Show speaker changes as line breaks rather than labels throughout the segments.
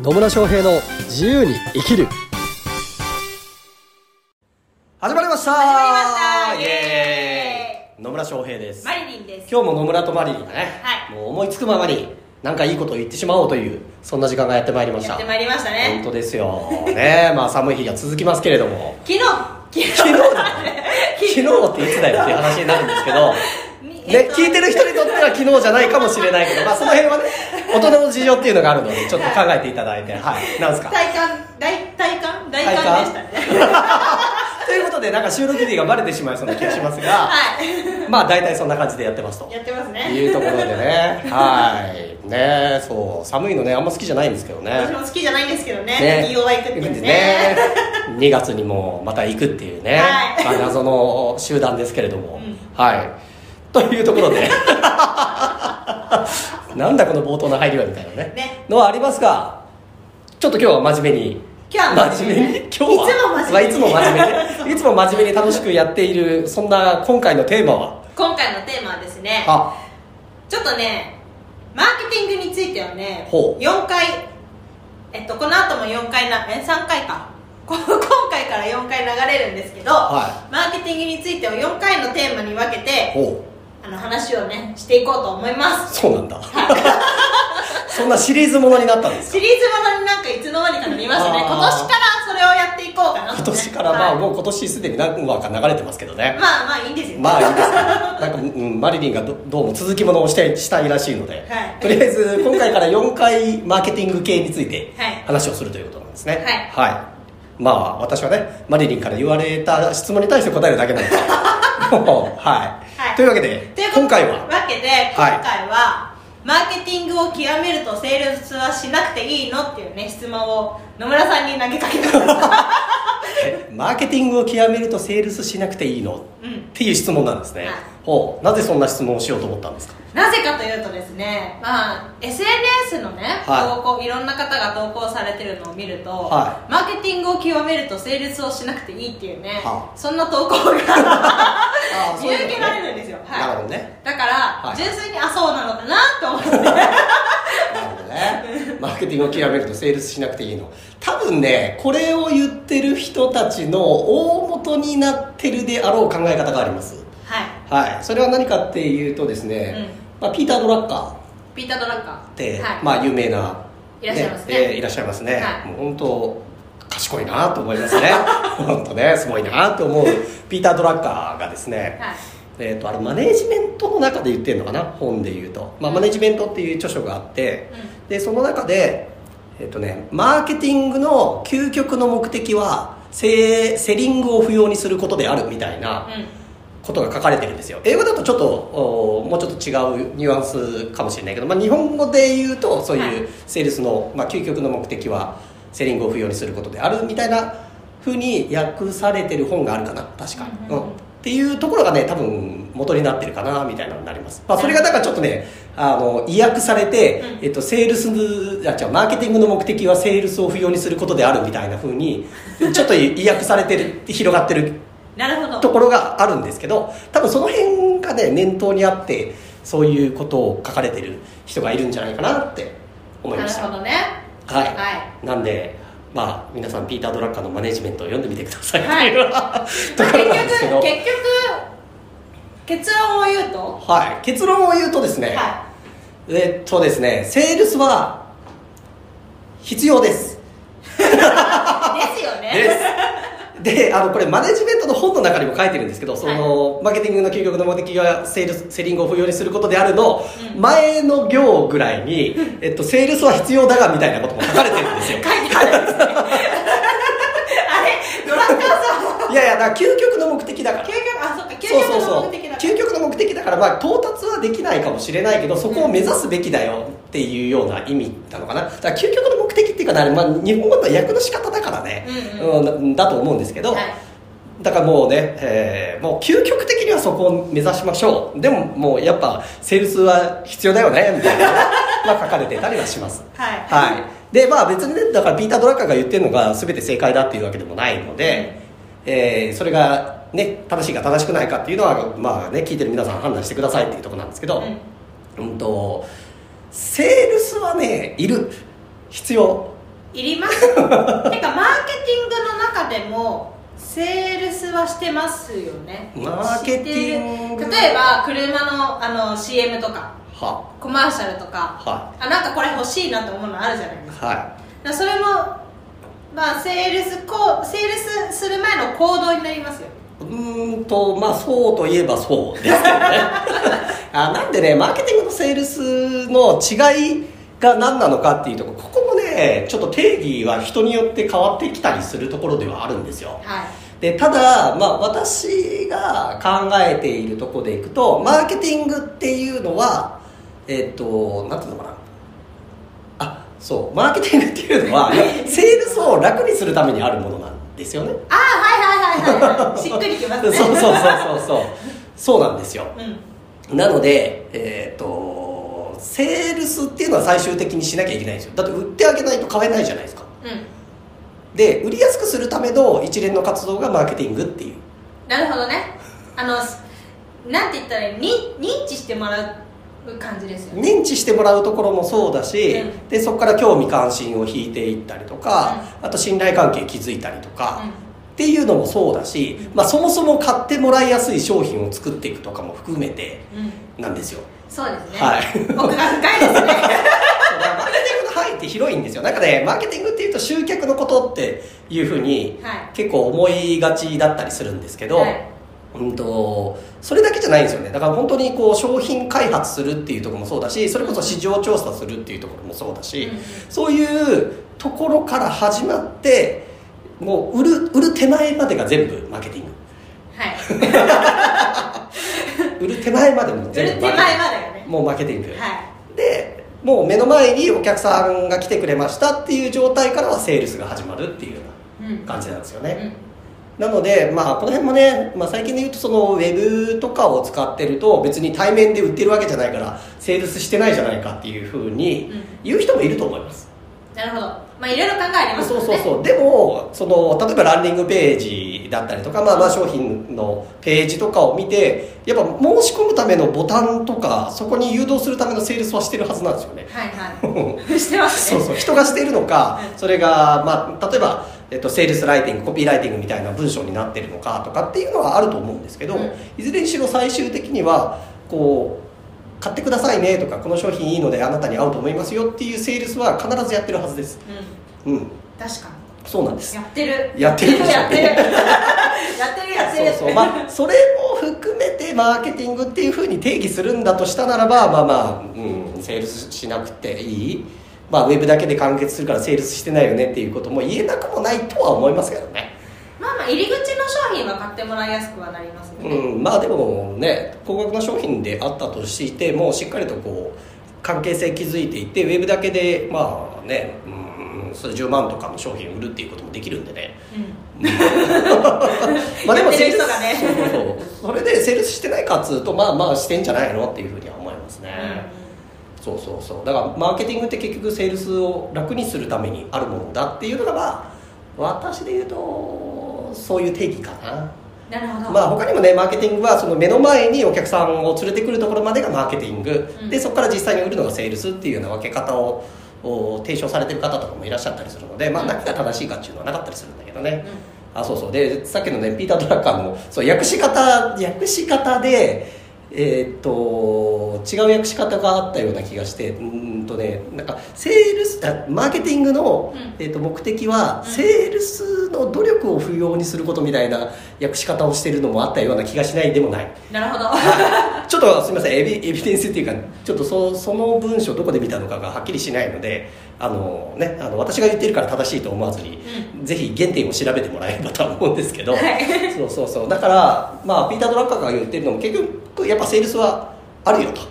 野村翔平の自由に生きる始まりました
始まりました
イエ
エ
ーイ野村翔平です
マリリンです。
今日も野村とマリリンがね、
はい
もう思いつくままに何かいいことを言ってしまおうというそんな時間がやってまいりました
やってまいりました
本
ね。
当ですよねまあ寒い日が続きますけれども
昨日、昨日、
昨日昨日っていつだよっていう話になるんですけ ど
みえ
ね
っ、と
聞いてる人にとっては昨日じゃないかもしれないけど、まあ、その 辺はね大人の事情っていうのがあるのでちょっと考えていただいてはいなんですか
体感、大体感、大
体感
感でしたね。
ということでなんか収録日がバレてしまいそうな気がしますが
は
まあ大体そんな感じでやってますと
い。やってますね。
いうところでねはいねそう寒いのねあんま好きじゃないんですけど
私
ね
も好きじゃないんですけど
ね
ね。企業は行くっていうね。
2月にもまた行くっていうね、
はい
まあ謎の集団ですけれども、
うん
はいというところで なんだこの冒頭の入りはみたいなね
ね
のはありますがちょっと今日は真面目に
今日は
真
真
面目
面目
に
に
今日はまあ
い
いつ
つ
も
も
真
真面目に
面 目にいつも真面目に楽しくやっているそんな今回のテーマは
今回のテーマはですね、
あ
ちょっとね、マーケティングについてはね、
ほう
4回、えっと、この後も4回な、え、3回か。 こ今回から4回流れるんですけど、
は
マーケティングについてを4回のテーマに分けて、
おう
あの話をねしていこうと思います
そうなんだ そんなシリーズものになったんです
シリーズものになんかいつの間にかなりましたね
あー
今年からそれをやっていこうかなと、ね、
今年からまあ
はい
もう今年すでに何話か流れてますけどね
まあまあいいんですよ、
まあいいですねなんか、うん、マリリンがどどうも続きものをしてしたいらしいので、
はい
とりあえず今回から4回マーケティング系について
はい
話をするということなんですね、
はい
まあ私はねマリリンから言われた質問に対して答えるだけ なのでもうはい、
はい
というわけで
ということ
今回は
わけで今回は、マーケティングを極めるとセールスはしなくていいのっていうね質問を野村さんに投げか けたんです
えマーケティングを極めるとセールスしなくていいの
うん
っていう質問なんですね、
はい
ほうなぜそんな質問をしようと思ったんですか
なぜかというとですね、まあ、SNS のね、
はい
投稿いろんな方が投稿されてるのを見ると、
は
マーケティングを極めるとセールスをしなくていいっていうね、
は
そんな投稿 が 見受けら
る
れるんですよ、はい、
なるほどね
だから、
い
純粋にあそうなのかなと 思って
なるほどねマーケティングを極めるとセールスしなくていいの多分ねこれを言ってる人たちの大元になってるであろう考え方があります
はい
はいそれは何かっていうとですね、まあ、ピーター・ドラッカー
ピーター・ドラッカー
って、
はい
まあ有名ない
らっしゃいますね
えーいらっしゃいますね、
はい
もう本当賢いなと思いますね 本当ねすごいなと思うピーター・ドラッカーがですね、
はい
えー、とあれマネージメントの中で言ってるのかな本で言うと、まあ、マネージメントっていう著書があって、でその中で、えーとね、マーケティングの究極の目的はセセリングを不要にすることであるみたいな
うん
ことが書かれてるんですよ英語だとちょっとおもうちょっと違うニュアンスかもしれないけど、まあ、日本語で言うとそう
はいいう
セールスの、まあ、究極の目的はセリングを不要にすることであるみたいなふうに訳されてる本があるかな確か、う
うんんうんうん
っていうところがね多分元になってるかなみたいなのになります、まあ、それがだからちょっとねあの意訳されて、
うん
えっと、セールスあ違うマーケティングの目的はセールスを不要にすることであるみたいなふうにちょっと意訳されてる広がってる
なるほ
と
ど
ころがあるんですけど多分その辺がね念頭にあってそういうことを書かれてる人がいるんじゃないかなって思い
な
ま
る
した
ほどね
はい、
は
なんでまあ皆さんピーター・ドラッカーのマネジメントを読んでみてください
はい
という、 と
結
ころ
局
なんですけど、
結局結論を言うと
はい、結論を言うとですね、
は
えっとですねセールスは必要です
いですよね
ですであのこれマネジメントの本の中にも書いてるんですけどその、マーケティングの究極の目的がセールスセリングを不要にすることであるの、
うん
前の行ぐらいに、えっと、セールスは必要だがみたいなことも書かれてるんです よ
書いてあるんですねあれドラッカーさんも
いやいやだから究極の目的だから
究極あそっか究
そうそう
極
そ
の
う
目的だから
究極の目的だからまあ到達はできないかもしれないけどそこを目指すべきだよっていうような意味なのかなだから究極の目的っていうかね、まあ、日本語の訳の仕方だからね、
うんうん
うんだだと思うんですけど、
はい
だからもうね、えーもう究極的にはそこを目指しましょうでももうやっぱセールスは必要だよねみたいなのが まあ書かれてたりはします
はい
はい、でまあ別にねだからピーター・ドラッカーが言ってるのが全て正解だっていうわけでもないので、えーそれがね正しいか正しくないかっていうのはまあね聞いてる皆さん判断してくださいっていうところなんですけど、うんとセールスはねいる必要
いり ますてかマーケティングの中でもセールスはしてますよね
マーケティング
してる例えば車のあの CM とか
は
コマーシャルとか
は
あなんかこれ欲しいなと思うのあるじゃないですか
は
だからそれもまあセールスこうセールスする前の行動になりますよ
いうーんとまあそうといえばそうですけどねあなんでねマーケティングとセールスの違いが何なのかっていうところここもねちょっと定義は人によって変わってきたりするところではあるんですよ
はい
でただ、まあ、私が考えているところでいくとマーケティングっていうのはえっ、となんていうのかなあそうマーケティングっていうのはセールスを楽にするためにあるものなんですよね
ああはいはいはいはいはいしっくりきま
そ
す
う
ね
そうそうそうそうそうなんですよ
うん
なのでえっ、とセールスっていうのは最終的にしなきゃいけないんですよだって売ってあげないと買えないじゃないですか
うん
で売りやすくするための一連の活動がマーケティングっていう
なるほどねあのすなんて言ったらいいに認知してもらう感じですよね
認知してもらうところもそうだし、
うん
でそこから興味関心を引いていったりとか、あと信頼関係築いたりとか、っていうのもそうだし、まあ、そもそも買ってもらいやすい商品を作っていくとかも含めて
うん、うん、
なんですよ。
そうですね、
はい
奥が深いですね
そうだからマーケティングの範囲って広いんですよ。なんかね、マーケティングっていうと集客のことっていうふうに
はい
結構思いがちだったりするんですけど、
はい
うんとそれだけじゃないんですよねだから本当にこう商品開発するっていうところもそうだしそれこそ市場調査するっていうところもそうだし、
うんうん
そういうところから始まってもう売る売る手前までが全部マーケティン
はい
グ売る手前までも
売る
全
手
部
前ま
マー
で
ケティング
がね
もうマーケティング、
は
でもう目の前にお客さんが来てくれましたっていう状態からはセールスが始まるっていうよう
い、うん
な感じなんですよね、
うん
なので、まあ、この辺もね、まあ、最近で言うとそのウェブとかを使ってると別に対面で売ってるわけじゃないからセールスしてないじゃないかっていうふうに
うん
言う人もいると思います、
なるほどまあいろいろ考えあります
そう
もん
そう
ね
そうでもその例えばランディングページだったりとか、まあ、まあ商品のページとかを見てやっぱ申し込むためのボタンとかそこに誘導するためのセールスはしてるはずなんですよね
はいは いしてます
そ
ね
うそう人がしているのか
う
それが、まあ、例えば、えっと、セールスライティングコピーライティングみたいな文章になってるのかとかっていうのはあると思うんですけど、
うん
いずれにしろ最終的にはこう買ってくださいねとかこの商品いいのであなたに合うと思いますよっていうセールスは必ずやってるはずです
うん
うん
確か
そうなんです
にやってる
やってるでしょ
やっ てるやってるやってる
そうそうまあそれも含めてマーケティングっていうふうに定義するんだとしたならばまあまあ、うん、セールスしなくていい、まあ、ウェブだけで完結するからセールスしてないよねっていうことも言えなくもないとは思いますけどね、
まあまあ入り口の商品は買ってもらいやすくはなりますよね、
うん、まあでもね高額な商品であったとしてもしっかりとこう関係性築いていってウェブだけでまあね、うん、数十万とかの商品売るっていうこともできるんでね
うん
まあでも
やっ
セ
て
ール
る
ス
人がね
そうそうそれでセールスしてないかっつうとまあまあしてんじゃないのっていうふうには思いますね、そうそうそうだからマーケティングって結局セールスを楽にするためにあるものだっていうのがまあ私で言うとそういう定義かな
なるほど、
まあ他にもねマーケティングはその目の前にお客さんを連れてくるところまでがマーケティング、
うん
でそこから実際に売るのがセールスっていうような分け方をお提唱されてる方とかもいらっしゃったりするので、まあ、
うん
何が正しいかっていうのはなかったりするんだけどね、
うん
あそうそうでさっきのねピーター・ドラッカーのそう訳し方訳し方でえーっと違う訳し方があったような気がしてうーんとねなんかセールスあマーケティングの、
うん
えーっと目的は、
うん
セールスの努力を不要にすることみたいな訳し方をしてるのもあったような気がしないでもない
なるほど
ちょっとすみませんエビエビデンスっていうかちょっとそその文章どこで見たのかがはっきりしないのであの、ね、あの私が言ってるから正しいと思わずに、ぜひ原点を調べてもらえればとは思うんですけど、
はい
そうそうそうだから、まあ、ピーター・ドラッカーが言ってるのも結局やっぱセールスはあるよと。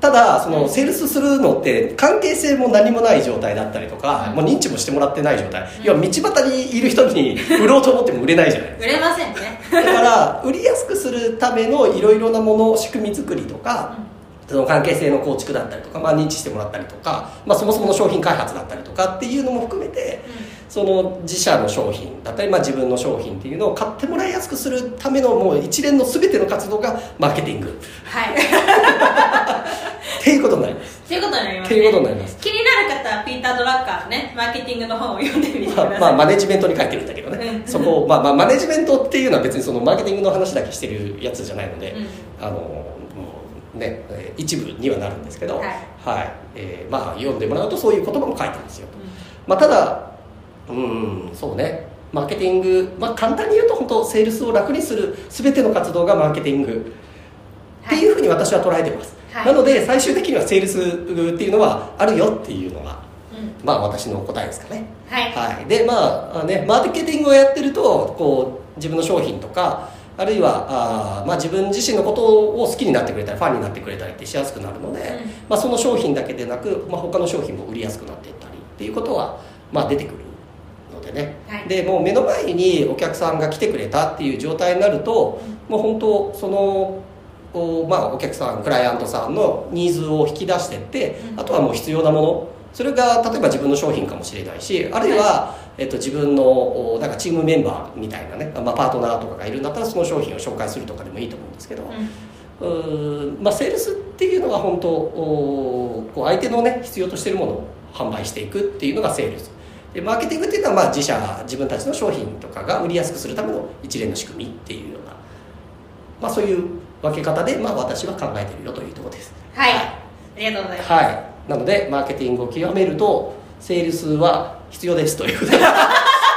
ただそのセールスするのって関係性も何もない状態だったりとか、
うん
もう認知もしてもらってない状態、
うん
要は道端にいる人に売ろうと思っても売れないじゃない
売れませんね
だから売りやすくするためのいろいろなもの仕組み作りとか、その関係性の構築だったりとか、まあ、認知してもらったりとか、まあ、そもそもの商品開発だったりとかっていうのも含めて
う
その自社の商品だったり、まあ、自分の商品っていうのを買ってもらいやすくするためのもう一連の全ての活動がマーケティングっ
はい
ていうことになります
ということになります
と
ね
いうことになります
気になる方はピーター・ドラッカーのねマーケティングの本を読んでみてくだ
まあ、
さい、
まあマネジメントに書いてるんだけどね、
うん
そこを、まあ、まあマネジメントっていうのは別にそのマーケティングの話だけしてるやつじゃないので、
う
あのもうねえー一部にはなるんですけど、
はい
はいえーまあ、読んでもらうとそういう言葉も書いてますよと、
う
まあ、ただうんそうねマーケティング、まあ、簡単に言うと本当セールスを楽にする全ての活動がマーケティングっていうふうに私は捉えてます、
はい
なので最終的にはセールスっていうのはあるよっていうのが、
んうん
まあ、私の答えですかね
はい
はい、でまああねマーケティングをやってるとこう自分の商品とかあるいはあー、まあ、自分自身のことを好きになってくれたりファンになってくれたりってしやすくなるので、
うん
まあ、その商品だけでなく、まあ、他の商品も売りやすくなっていったりっていうことは、まあ、出てくるのでね、
はい
でもう目の前にお客さんが来てくれたっていう状態になると、もう本当その。おまあ、お客さんクライアントさんのニーズを引き出してって、
うん
あとはもう必要なものそれが例えば自分の商品かもしれないしあるいは、えっと、自分のおなんかチームメンバーみたいなね、まあ、パートナーとかがいるんだったらその商品を紹介するとかでもいいと思うんですけど、うーんまあ、セールスっていうのは本当おーこう相手のね必要としているものを販売していくっていうのがセールスでマーケティングっていうのはまあ自社自分たちの商品とかが売りやすくするための一連の仕組みっていうような、まあ、そういう分け方で、まあ、私は考えてるよというところです
はいありがとうございます
はいなのでマーケティングを極めるとセールスは必要ですという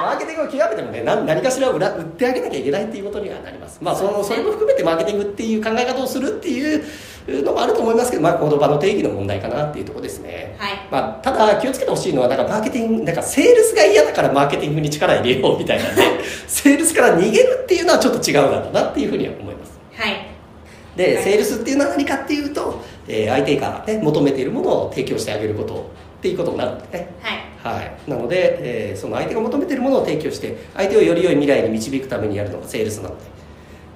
マーケティングを極めてもね何何かしら売ら売ってあげなきゃいけないっていうことにはなりますまあそのそれも含めてマーケティングっていう考え方をするっていうのもあると思いますけどまあ言葉の定義の問題かなっていうところですね
はい
まあ、ただ気をつけてほしいのはなんかマーケティングなんかセールスが嫌だからマーケティングに力入れようみたいなねセールスから逃げるっていうのはちょっと違うんだろうなっていうふうには思います
はい
で、
はい
セールスっていうのは何かっていうと、えー相手が、ね、求めているものを提供してあげることっていうことになるんでね、
はい
はい、なので、えーその相手が求めているものを提供して相手をより良い未来に導くためにやるのがセールスなの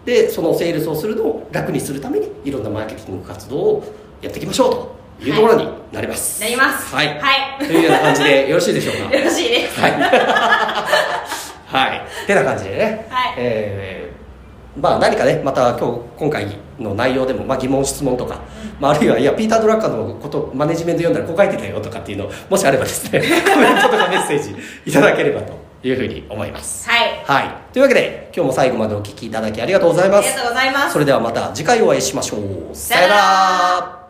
ででそのセールスをするのを楽にするためにいろんなマーケティング活動をやっていきましょうというところになります、
なります
はい、
は
と
い
いうような感じでよろしいでしょうか
よろしいです
はい。はい。てな感じでね。
はい
えーまあ何かね、また今日、今回の内容でも、まあ疑問、質問とか、まああるいは、いや、ピーター・ドラッカーのこと、マネジメント読んだらこう書いてたよとかっていうの、もしあればですね、 コメントとかメッセージいただければというふうに思います。
はい
はい。というわけで、今日も最後までお聞きいただきありがとうござい
あ
ま
り
す。
がとうございます
それではまた次回お会いしましょう。
さよなら